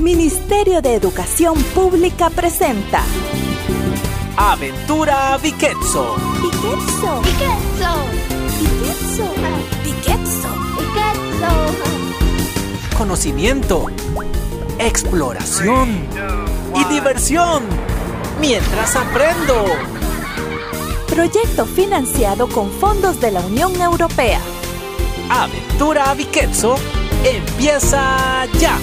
Ministerio de Educación Pública presenta Aventura Viquetso. Viquetso, Piquetzo, Viquetso, Viquetso, Piquetzo, Conocimiento, exploración y diversión. Mientras aprendo. proyecto financiado con fondos de la Unión Europea. Aventura Viquetso empieza ya.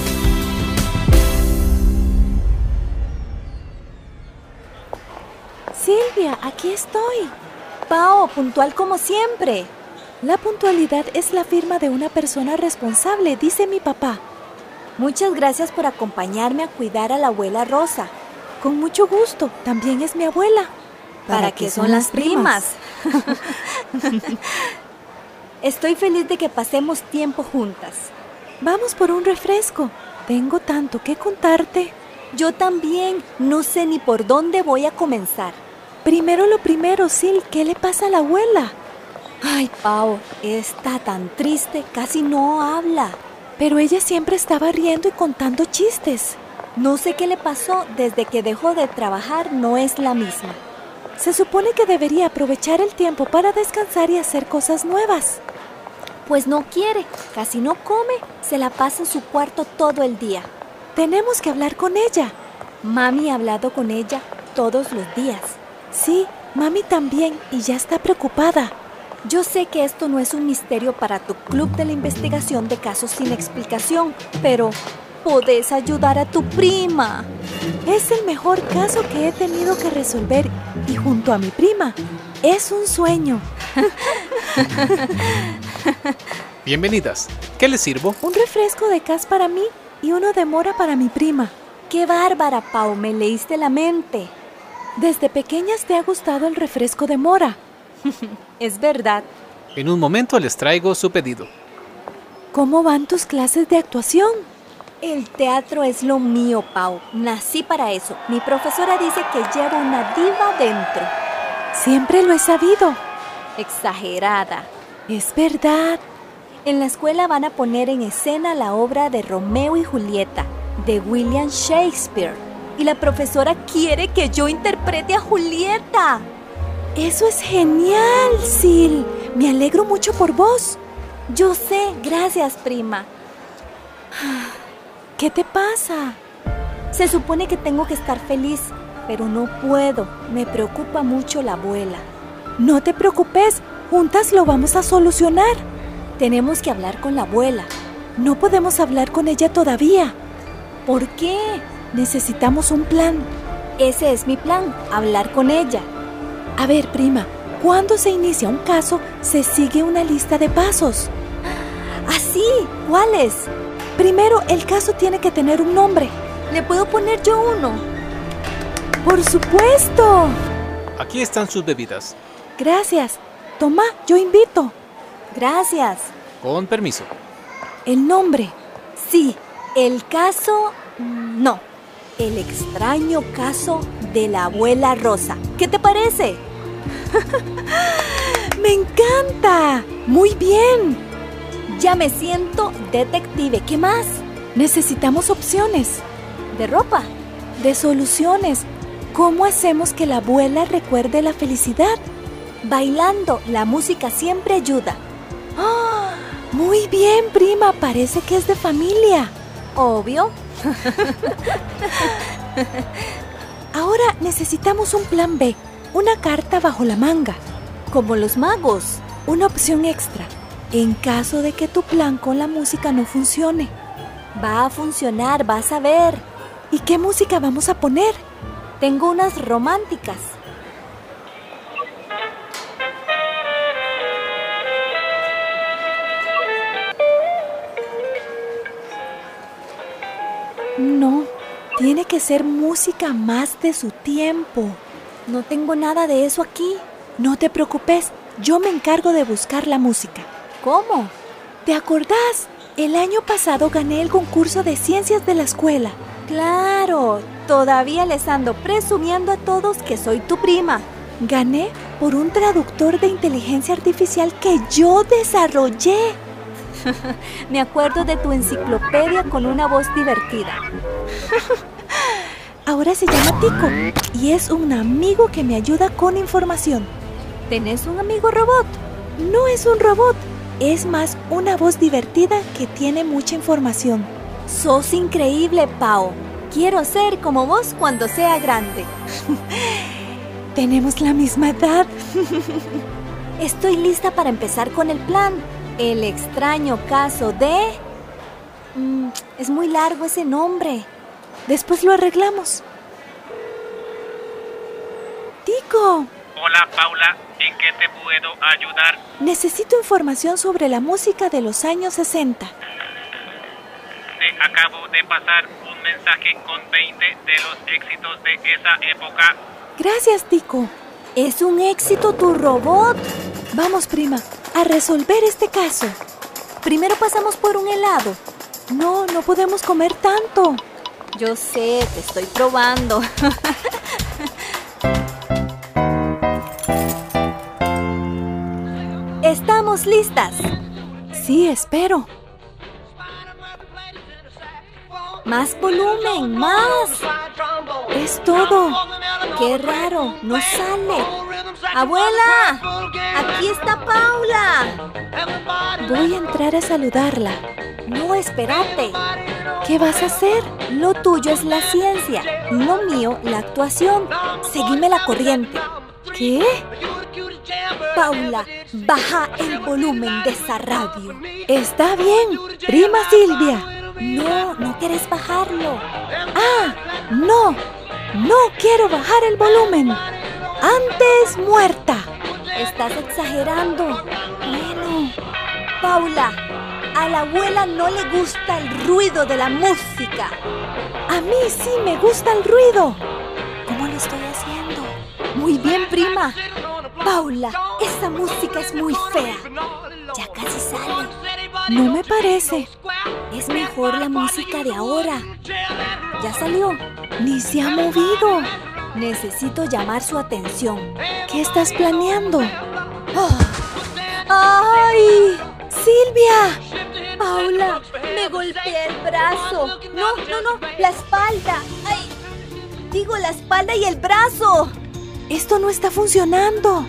Silvia, aquí estoy. Pao, puntual como siempre. La puntualidad es la firma de una persona responsable, dice mi papá. Muchas gracias por acompañarme a cuidar a la abuela Rosa. Con mucho gusto, también es mi abuela. ¿Para qué son las primas? Estoy feliz de que pasemos tiempo juntas. Vamos por un refresco. Tengo tanto que contarte. Yo también. No sé ni por dónde voy a comenzar. Primero lo primero, Sil. ¿Qué le pasa a la abuela? Ay, Pau, está tan triste. Casi no habla. Pero ella siempre estaba riendo y contando chistes. No sé qué le pasó. Desde que dejó de trabajar no es la misma. Se supone que debería aprovechar el tiempo para descansar y hacer cosas nuevas. Pues no quiere, casi no come, se la pasa en su cuarto todo el día. Tenemos que hablar con ella. Mami ha hablado con ella todos los días. Sí, mami también, y ya está preocupada. Yo sé que esto no es un misterio para tu club de la investigación de casos sin explicación, pero podés ayudar a tu prima. Es el mejor caso que he tenido que resolver y junto a mi prima es un sueño. Bienvenidas. ¿Qué les sirvo? Un refresco de cas para mí y uno de mora para mi prima. ¡Qué bárbara, Pau! Me leíste la mente. Desde pequeñas te ha gustado el refresco de mora. es verdad. En un momento les traigo su pedido. ¿Cómo van tus clases de actuación? El teatro es lo mío, Pau. Nací para eso. Mi profesora dice que llevo una diva dentro. Siempre lo he sabido. Exagerada. Es verdad. En la escuela van a poner en escena la obra de Romeo y Julieta, de William Shakespeare. Y la profesora quiere que yo interprete a Julieta. Eso es genial, Sil. Me alegro mucho por vos. Yo sé, gracias, prima. ¿Qué te pasa? Se supone que tengo que estar feliz, pero no puedo. Me preocupa mucho la abuela. No te preocupes, juntas lo vamos a solucionar. Tenemos que hablar con la abuela. No podemos hablar con ella todavía. ¿Por qué? Necesitamos un plan. Ese es mi plan, hablar con ella. A ver, prima, cuando se inicia un caso, se sigue una lista de pasos. ¿Así? ¿Cuáles? Primero, el caso tiene que tener un nombre. ¿Le puedo poner yo uno? Por supuesto. Aquí están sus bebidas. Gracias. Toma, yo invito. Gracias. Con permiso. ¿El nombre? Sí, el caso... mm, No, el extraño caso de la abuela Rosa. ¿Qué te parece? ¡Me encanta! ¡Muy bien! Ya me siento detective. ¿Qué más? Necesitamos opciones. ¿De ropa? De soluciones. ¿Cómo hacemos que la abuela recuerde la felicidad? Bailando, la música siempre ayuda. ¡Ah! Muy bien, prima, parece que es de familia. Obvio. Ahora necesitamos un plan B, una carta bajo la manga. Como los magos, una opción extra, en caso de que tu plan con la música no funcione. Va a funcionar, vas a ver. ¿Y qué música vamos a poner? Tengo unas románticas. No, tiene que ser música más de su tiempo. No tengo nada de eso aquí. No te preocupes, yo me encargo de buscar la música. ¿Cómo? ¿Te acordás? El año pasado gané el concurso de ciencias de la escuela. Claro, todavía les ando presumiendo a todos que soy tu prima. Gané por un traductor de inteligencia artificial que yo desarrollé. Me acuerdo de tu enciclopedia con una voz divertida. Ahora se llama Tico y es un amigo que me ayuda con información. ¿Tenés un amigo robot? No es un robot, es más una voz divertida que tiene mucha información. Sos increíble, Pau. Quiero ser como vos cuando sea grande. Tenemos la misma edad. Estoy lista para empezar con el plan. El extraño caso de... Mm, es muy largo ese nombre. Después lo arreglamos. Tico, Hola Paula, ¿en qué te puedo ayudar? necesito información sobre la música de los años 60. Te acabo de pasar un mensaje con 20 de los éxitos de esa época. Gracias, Tico. Es un éxito tu robot. Vamos, prima, a resolver este caso. Primero pasamos por un helado. No, no podemos comer tanto. Yo sé, te estoy probando. Estamos listas. Sí, espero. Más volumen, más. Es todo. Qué raro, no sale. Abuela, aquí está Paula. Voy a entrar a saludarla. No, espérate. ¿Qué vas a hacer? Lo tuyo es la ciencia, lo mío la actuación. Seguime la corriente. ¿Qué? Paula, baja el volumen de esa radio. Está bien, prima Silvia. No, no querés bajarlo. Ah, no, no quiero bajar el volumen. Antes muerta. Estás exagerando. Bueno, Paula, a la abuela no le gusta el ruido de la música. A mí sí me gusta el ruido. ¿Cómo lo estoy haciendo? Muy bien, prima. Paula, esa música es muy fea. Ya casi sale. No me parece. Es mejor la música de ahora. Ya salió. Ni se ha movido. Necesito llamar su atención. ¿Qué estás planeando? Ah. ¡Ay! ¡Silvia! Paula, me golpeé el brazo. No, no, no, la espalda. ¡Ay! Digo la espalda y el brazo. Esto no está funcionando.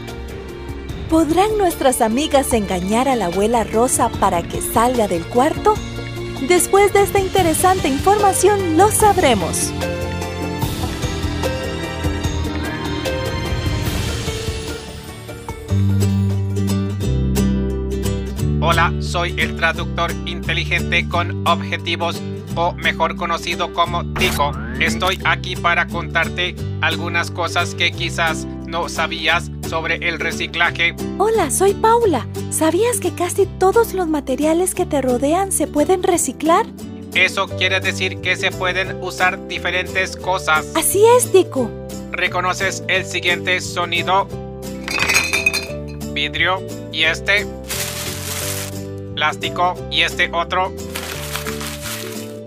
¿Podrán nuestras amigas engañar a la abuela Rosa para que salga del cuarto? Después de esta interesante información lo sabremos. Hola, soy el traductor inteligente con objetivos o mejor conocido como Tico. Estoy aquí para contarte algunas cosas que quizás no sabías sobre el reciclaje. Hola, soy Paula. ¿Sabías que casi todos los materiales que te rodean se pueden reciclar? Eso quiere decir que se pueden usar diferentes cosas. Así es, Tico. ¿Reconoces el siguiente sonido? Vidrio y este. Plástico y este otro.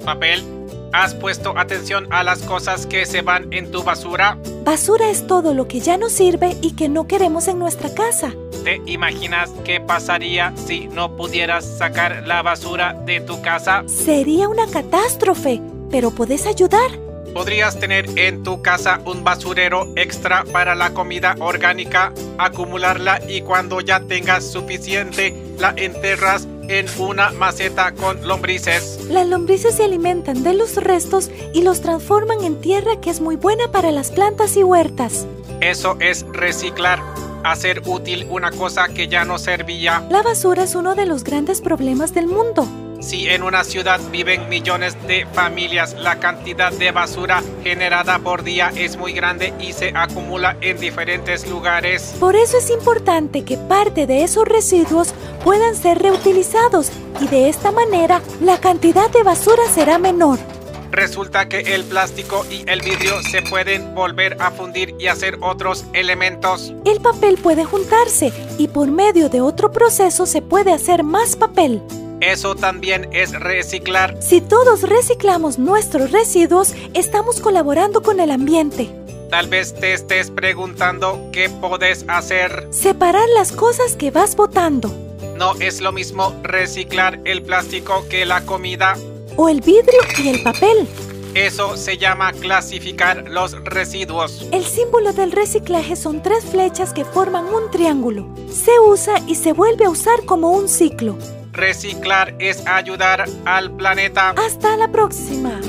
Papel. ¿Has puesto atención a las cosas que se van en tu basura? Basura es todo lo que ya no sirve y que no queremos en nuestra casa. ¿Te imaginas qué pasaría si no pudieras sacar la basura de tu casa? Sería una catástrofe, pero podés ayudar. ¿Podrías tener en tu casa un basurero extra para la comida orgánica, acumularla y cuando ya tengas suficiente la enterras en una maceta con lombrices? Las lombrices se alimentan de los restos y los transforman en tierra que es muy buena para las plantas y huertas. Eso es reciclar, hacer útil una cosa que ya no servía. La basura es uno de los grandes problemas del mundo. Si en una ciudad viven millones de familias, la cantidad de basura generada por día es muy grande y se acumula en diferentes lugares. Por eso es importante que parte de esos residuos puedan ser reutilizados y de esta manera la cantidad de basura será menor. Resulta que el plástico y el vidrio se pueden volver a fundir y hacer otros elementos. El papel puede juntarse y por medio de otro proceso se puede hacer más papel. Eso también es reciclar. Si todos reciclamos nuestros residuos, estamos colaborando con el ambiente. Tal vez te estés preguntando qué puedes hacer. Separar las cosas que vas botando. No es lo mismo reciclar el plástico que la comida. O el vidrio y el papel. Eso se llama clasificar los residuos. El símbolo del reciclaje son tres flechas que forman un triángulo. Se usa y se vuelve a usar como un ciclo. Reciclar es ayudar al planeta. Hasta la próxima.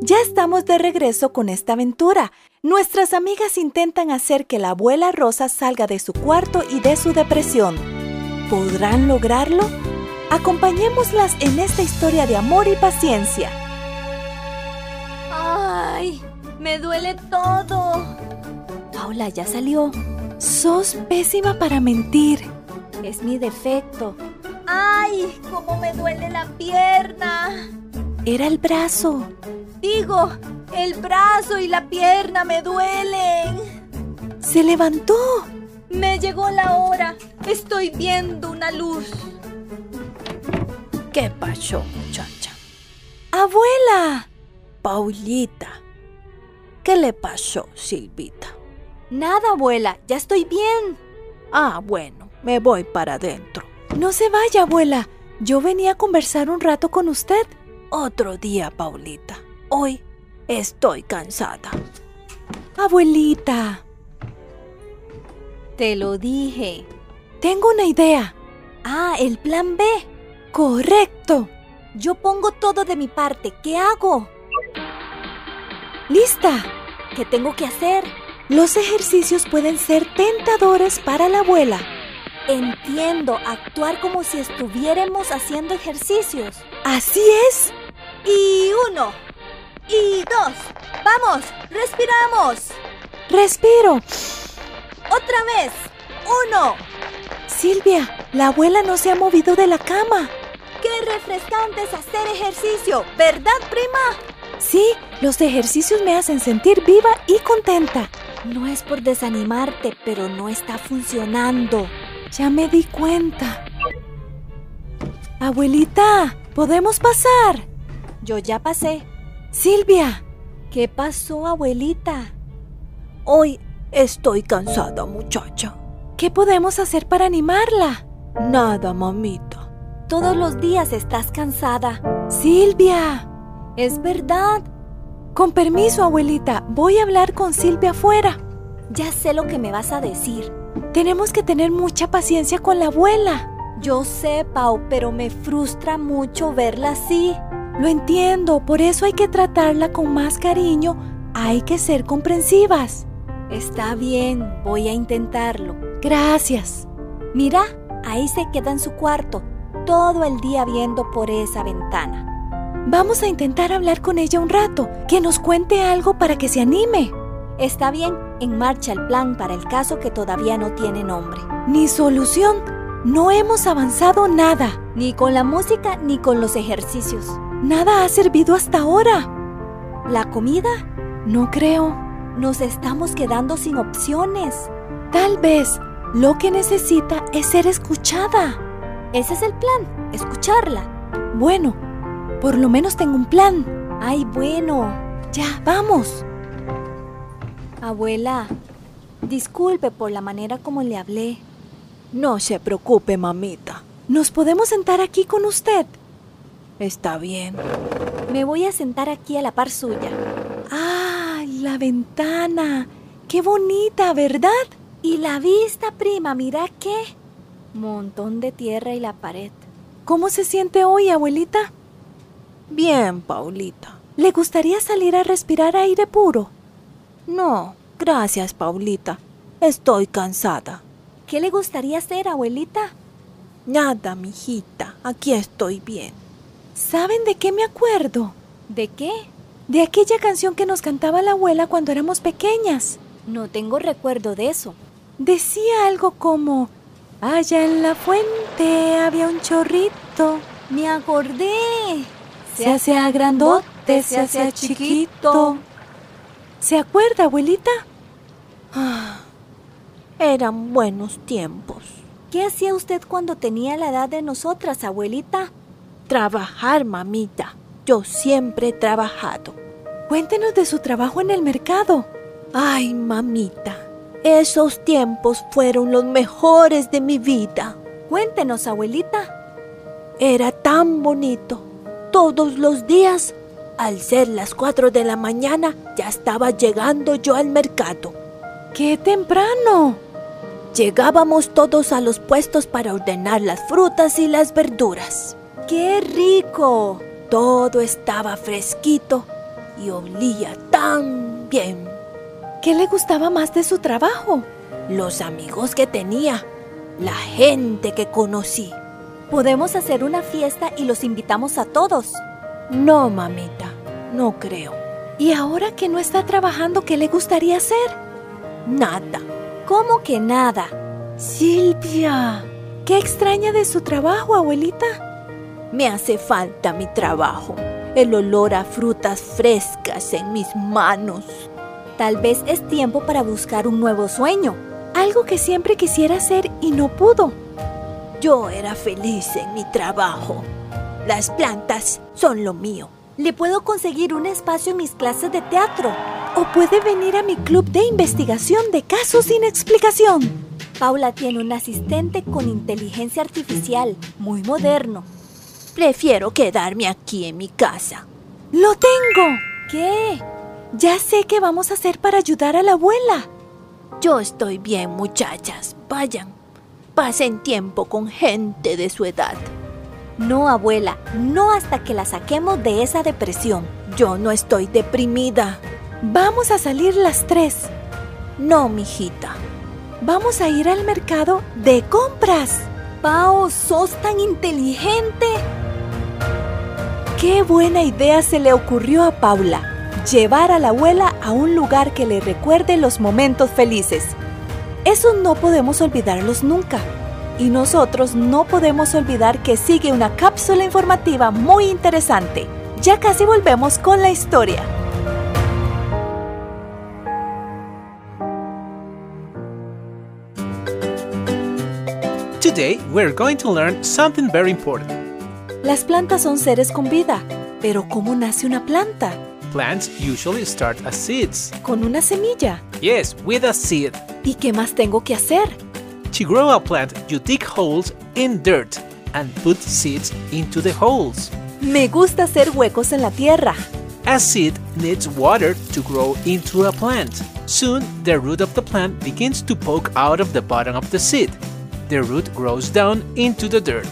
Ya estamos de regreso con esta aventura. Nuestras amigas intentan hacer que la abuela Rosa salga de su cuarto y de su depresión. ¿Podrán lograrlo? Acompañémoslas en esta historia de amor y paciencia. ¡Ay! ¡Me duele todo! Paula ya salió. Sos pésima para mentir. Es mi defecto. ¡Ay! ¡Cómo me duele la pierna! Era el brazo. Digo, el brazo y la pierna me duelen. Se levantó. Me llegó la hora. Estoy viendo una luz. ¿Qué pasó, muchacha? Abuela. Paulita. ¿Qué le pasó, Silvita? Nada, abuela. Ya estoy bien. Ah, bueno, me voy para adentro. No se vaya, abuela. Yo venía a conversar un rato con usted. Otro día, Paulita. Hoy estoy cansada. Abuelita. Te lo dije. Tengo una idea. Ah, el plan B. Correcto. Yo pongo todo de mi parte. ¿Qué hago? Lista. ¿Qué tengo que hacer? Los ejercicios pueden ser tentadores para la abuela. Entiendo, actuar como si estuviéramos haciendo ejercicios. Así es. Y uno. Y dos. Vamos, respiramos. Respiro. Otra vez. Uno. Silvia, la abuela no se ha movido de la cama. Qué refrescante es hacer ejercicio, ¿verdad, prima? Sí, los ejercicios me hacen sentir viva y contenta. No es por desanimarte, pero no está funcionando. Ya me di cuenta. Abuelita, podemos pasar. Yo ya pasé. Silvia. ¿Qué pasó, abuelita? Hoy estoy cansada, muchacha. ¿Qué podemos hacer para animarla? Nada, mamita. Todos los días estás cansada. Silvia. Es verdad. Con permiso, abuelita, voy a hablar con Silvia afuera. Ya sé lo que me vas a decir. Tenemos que tener mucha paciencia con la abuela. Yo sé, Pau, pero me frustra mucho verla así. Lo entiendo, por eso hay que tratarla con más cariño, hay que ser comprensivas. Está bien, voy a intentarlo. Gracias. Mira, ahí se queda en su cuarto, todo el día viendo por esa ventana. Vamos a intentar hablar con ella un rato, que nos cuente algo para que se anime. Está bien, en marcha el plan para el caso que todavía no tiene nombre. Ni solución. No hemos avanzado nada. Ni con la música ni con los ejercicios. Nada ha servido hasta ahora. ¿La comida? No creo. Nos estamos quedando sin opciones. Tal vez lo que necesita es ser escuchada. Ese es el plan, escucharla. Bueno, por lo menos tengo un plan. Ay, bueno. Ya, vamos. Abuela, disculpe por la manera como le hablé. No se preocupe, mamita. ¿Nos podemos sentar aquí con usted? Está bien. Me voy a sentar aquí a la par suya. ¡Ah, la ventana! ¡Qué bonita, ¿verdad? Y la vista, prima, mira qué. Montón de tierra y la pared. ¿Cómo se siente hoy, abuelita? Bien, Paulita. ¿Le gustaría salir a respirar aire puro? No, gracias, Paulita. Estoy cansada. ¿Qué le gustaría hacer, abuelita? Nada, mijita. Aquí estoy bien. ¿Saben de qué me acuerdo? ¿De qué? De aquella canción que nos cantaba la abuela cuando éramos pequeñas. No tengo recuerdo de eso. Decía algo como, allá en la fuente había un chorrito. Me acordé se hacía grandote, se hacía chiquito. ¿Se acuerda, abuelita? Ah, eran buenos tiempos. ¿Qué hacía usted cuando tenía la edad de nosotras, abuelita? Trabajar, mamita. Yo siempre he trabajado. Cuéntenos de su trabajo en el mercado. Ay, mamita. Esos tiempos fueron los mejores de mi vida. Cuéntenos, abuelita. Era tan bonito. Todos los días, al ser las 4 de la mañana, ya estaba llegando yo al mercado. ¡Qué temprano! Llegábamos todos a los puestos para ordenar las frutas y las verduras. ¡Qué rico! Todo estaba fresquito y olía tan bien. ¿Qué le gustaba más de su trabajo? Los amigos que tenía, la gente que conocí. Podemos hacer una fiesta y los invitamos a todos. No, mamita, no creo. ¿Y ahora que no está trabajando, qué le gustaría hacer? Nada. ¿Cómo que nada? Silvia, ¿qué extraña de su trabajo, abuelita? Me hace falta mi trabajo. El olor a frutas frescas en mis manos. Tal vez es tiempo para buscar un nuevo sueño, algo que siempre quisiera hacer y no pudo. Yo era feliz en mi trabajo. Las plantas son lo mío. Le puedo conseguir un espacio en mis clases de teatro. O puede venir a mi club de investigación de casos sin explicación. Paula tiene un asistente con inteligencia artificial, muy moderno. Prefiero quedarme aquí en mi casa. ¡Lo tengo! ¿Qué? Ya sé qué vamos a hacer para ayudar a la abuela. Yo estoy bien, muchachas. Vayan. Pasen tiempo con gente de su edad. No, abuela, no hasta que la saquemos de esa depresión. Yo no estoy deprimida. Vamos a salir las tres. No, mijita. Vamos a ir al mercado de compras. Pao, sos tan inteligente. Qué buena idea se le ocurrió a Paula llevar a la abuela a un lugar que le recuerde los momentos felices. Esos no podemos olvidarlos nunca. Y nosotros no podemos olvidar que sigue una cápsula informativa muy interesante. Ya casi volvemos con la historia. Today we're going to learn something very important. Las plantas son seres con vida, pero ¿cómo nace una planta? Plants usually start as seeds. Con una semilla. Yes, with a seed. ¿Y qué más tengo que hacer? To grow a plant, you dig holes in dirt and put seeds into the holes. Me gusta hacer huecos en la tierra. A seed needs water to grow into a plant. Soon, the root of the plant begins to poke out of the bottom of the seed. The root grows down into the dirt.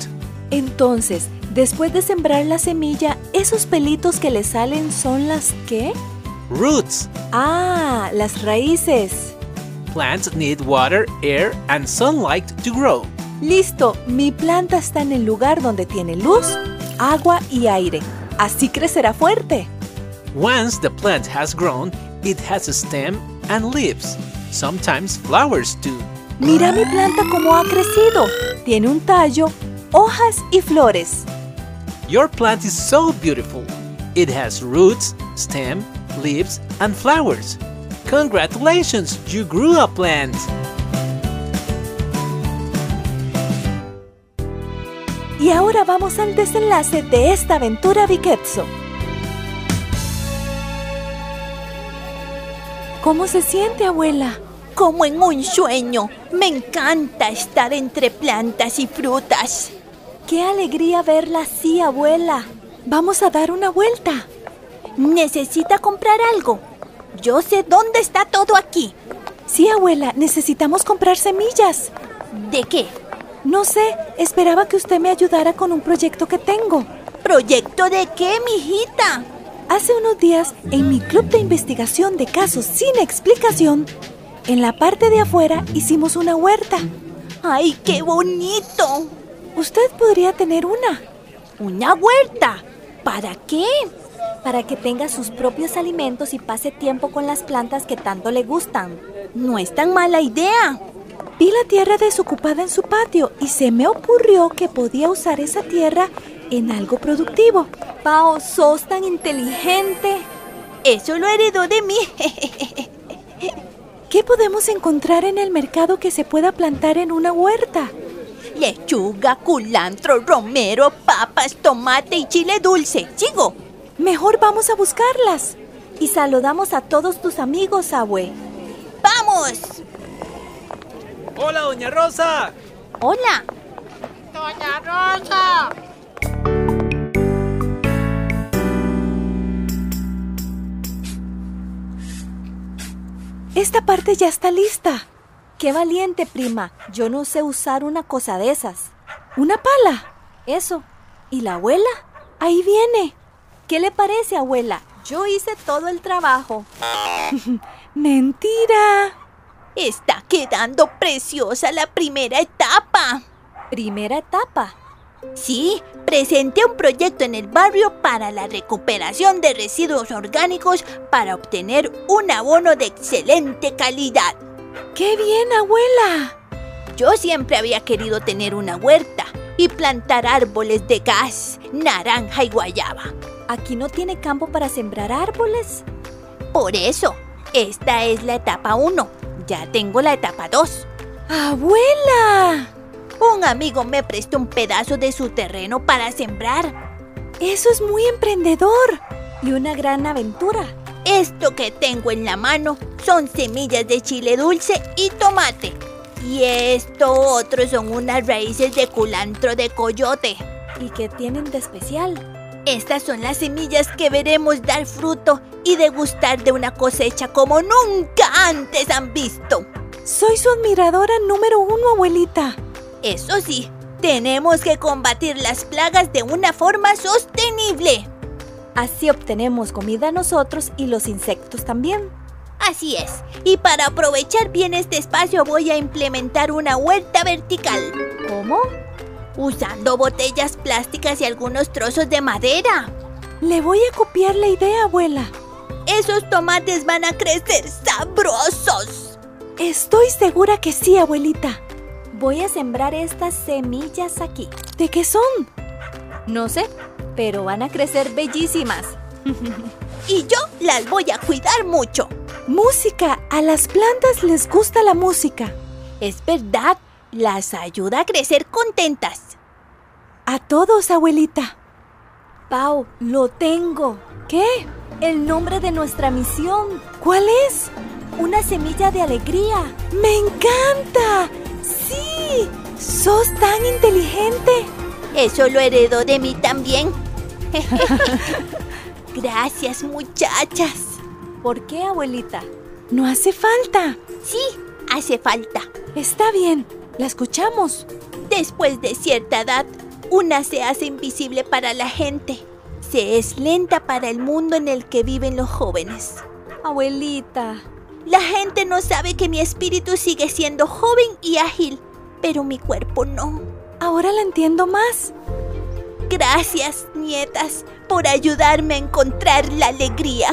Entonces, después de sembrar la semilla, esos pelitos que le salen son las qué? Roots. Ah, las raíces. Plants need water, air, and sunlight to grow. Listo, mi planta está en el lugar donde tiene luz, agua y aire. Así crecerá fuerte. Once the plant has grown, it has a stem and leaves. Sometimes flowers too. Mira mi planta cómo ha crecido. Tiene un tallo, hojas y flores. Your plant is so beautiful. It has roots, stem, leaves, and flowers. Congratulations, you grew a plant. Y ahora vamos al desenlace de esta aventura Viquetso. ¿Cómo se siente, abuela? Como en un sueño. Me encanta estar entre plantas y frutas. ¡Qué alegría verla así, abuela! Vamos a dar una vuelta. Necesita comprar algo. Yo sé dónde está todo aquí. Sí, abuela, necesitamos comprar semillas. ¿De qué? No sé, esperaba que usted me ayudara con un proyecto que tengo. ¿Proyecto de qué, mijita? Hace unos días, en mi club de investigación de casos sin explicación, en la parte de afuera hicimos una huerta. ¡Ay, qué bonito! Usted podría tener una. ¿Una huerta? ¿Para qué? Para que tenga sus propios alimentos y pase tiempo con las plantas que tanto le gustan. No es tan mala idea. Vi la tierra desocupada en su patio y se me ocurrió que podía usar esa tierra en algo productivo. Pao, sos tan inteligente. Eso lo heredó de mí. ¿Qué podemos encontrar en el mercado que se pueda plantar en una huerta? Lechuga, culantro, romero, papas, tomate y chile dulce. ¿Sigo? Mejor vamos a buscarlas. Y saludamos a todos tus amigos, abue. ¡Vamos! ¡Hola, doña Rosa! Hola, Doña Rosa. Esta parte ya está lista. Qué valiente, prima. Yo no sé usar una cosa de esas. Una pala. Eso. ¿Y la abuela? Ahí viene. ¿Qué le parece, abuela? Yo hice todo el trabajo. Mentira. está quedando preciosa la primera etapa. Primera etapa. Sí, presenté un proyecto en el barrio para la recuperación de residuos orgánicos para obtener un abono de excelente calidad. ¡Qué bien, abuela! Yo siempre había querido tener una huerta y plantar árboles de gas, naranja y guayaba. Aquí no tiene campo para sembrar árboles. Por eso, esta es la etapa 1. Ya tengo la etapa 2. ¡Abuela! Un amigo me prestó un pedazo de su terreno para sembrar. Eso es muy emprendedor. Y una gran aventura. Esto que tengo en la mano son semillas de chile dulce y tomate. Y esto otro son unas raíces de culantro de coyote. ¿Y qué tienen de especial? Estas son las semillas que veremos dar fruto y degustar de una cosecha como nunca antes han visto. Soy su admiradora número uno, abuelita. Eso sí, tenemos que combatir las plagas de una forma sostenible. Así obtenemos comida nosotros y los insectos también. Así es, y para aprovechar bien este espacio voy a implementar una huerta vertical. ¿Cómo? Usando botellas plásticas y algunos trozos de madera. Le voy a copiar la idea, abuela. Esos tomates van a crecer sabrosos. Estoy segura que sí, abuelita. Voy a sembrar estas semillas aquí. ¿De qué son? No sé, pero van a crecer bellísimas. y yo las voy a cuidar mucho. Música. A las plantas les gusta la música. Es verdad, las ayuda a crecer contentas. A todos, abuelita. Pau, lo tengo. ¿Qué? El nombre de nuestra misión. ¿Cuál es? Una semilla de alegría. ¡Me encanta! ¡Sí! ¡Sos tan inteligente! Eso lo heredó de mí también. Gracias, muchachas. ¿Por qué, abuelita? No hace falta. Sí, hace falta. Está bien, la escuchamos. Después de cierta edad, una se hace invisible para la gente. Se es lenta para el mundo en el que viven los jóvenes. Abuelita. La gente no sabe que mi espíritu sigue siendo joven y ágil, pero mi cuerpo no. Ahora la entiendo más. Gracias, nietas, por ayudarme a encontrar la alegría.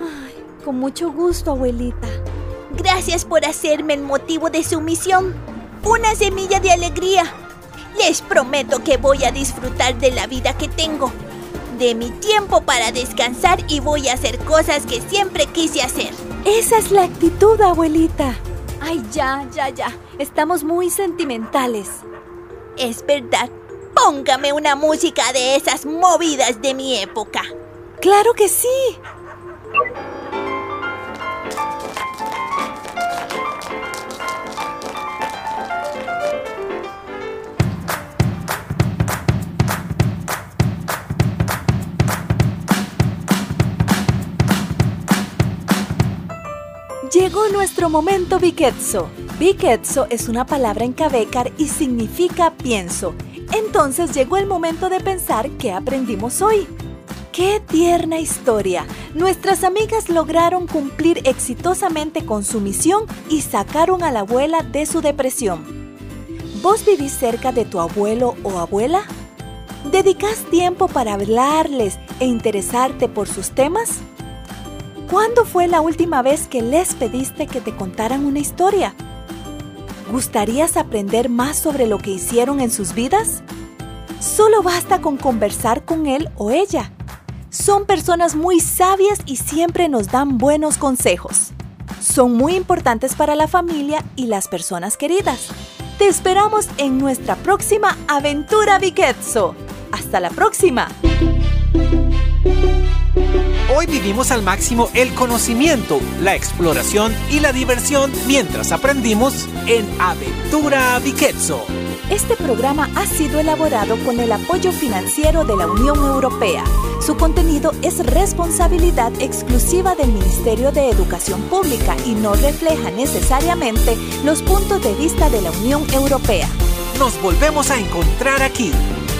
Ay, con mucho gusto, abuelita. Gracias por hacerme el motivo de su misión una semilla de alegría. Les prometo que voy a disfrutar de la vida que tengo, de mi tiempo para descansar y voy a hacer cosas que siempre quise hacer. Esa es la actitud, abuelita. Ay, ya, ya, ya. Estamos muy sentimentales. Es verdad. Póngame una música de esas movidas de mi época. Claro que sí. Llegó nuestro momento Biquetso. Biquetso es una palabra en Cabecar y significa pienso. Entonces llegó el momento de pensar qué aprendimos hoy. ¡Qué tierna historia! Nuestras amigas lograron cumplir exitosamente con su misión y sacaron a la abuela de su depresión. ¿Vos vivís cerca de tu abuelo o abuela? ¿Dedicás tiempo para hablarles e interesarte por sus temas? ¿Cuándo fue la última vez que les pediste que te contaran una historia? ¿Gustarías aprender más sobre lo que hicieron en sus vidas? Solo basta con conversar con él o ella. Son personas muy sabias y siempre nos dan buenos consejos. Son muy importantes para la familia y las personas queridas. Te esperamos en nuestra próxima aventura Viquetso. Hasta la próxima. Hoy vivimos al máximo el conocimiento, la exploración y la diversión mientras aprendimos en Aventura Viquetso. Este programa ha sido elaborado con el apoyo financiero de la Unión Europea. Su contenido es responsabilidad exclusiva del Ministerio de Educación Pública y no refleja necesariamente los puntos de vista de la Unión Europea. Nos volvemos a encontrar aquí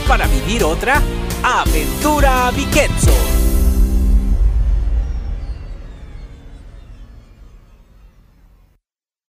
para vivir otra Aventura Viquetso.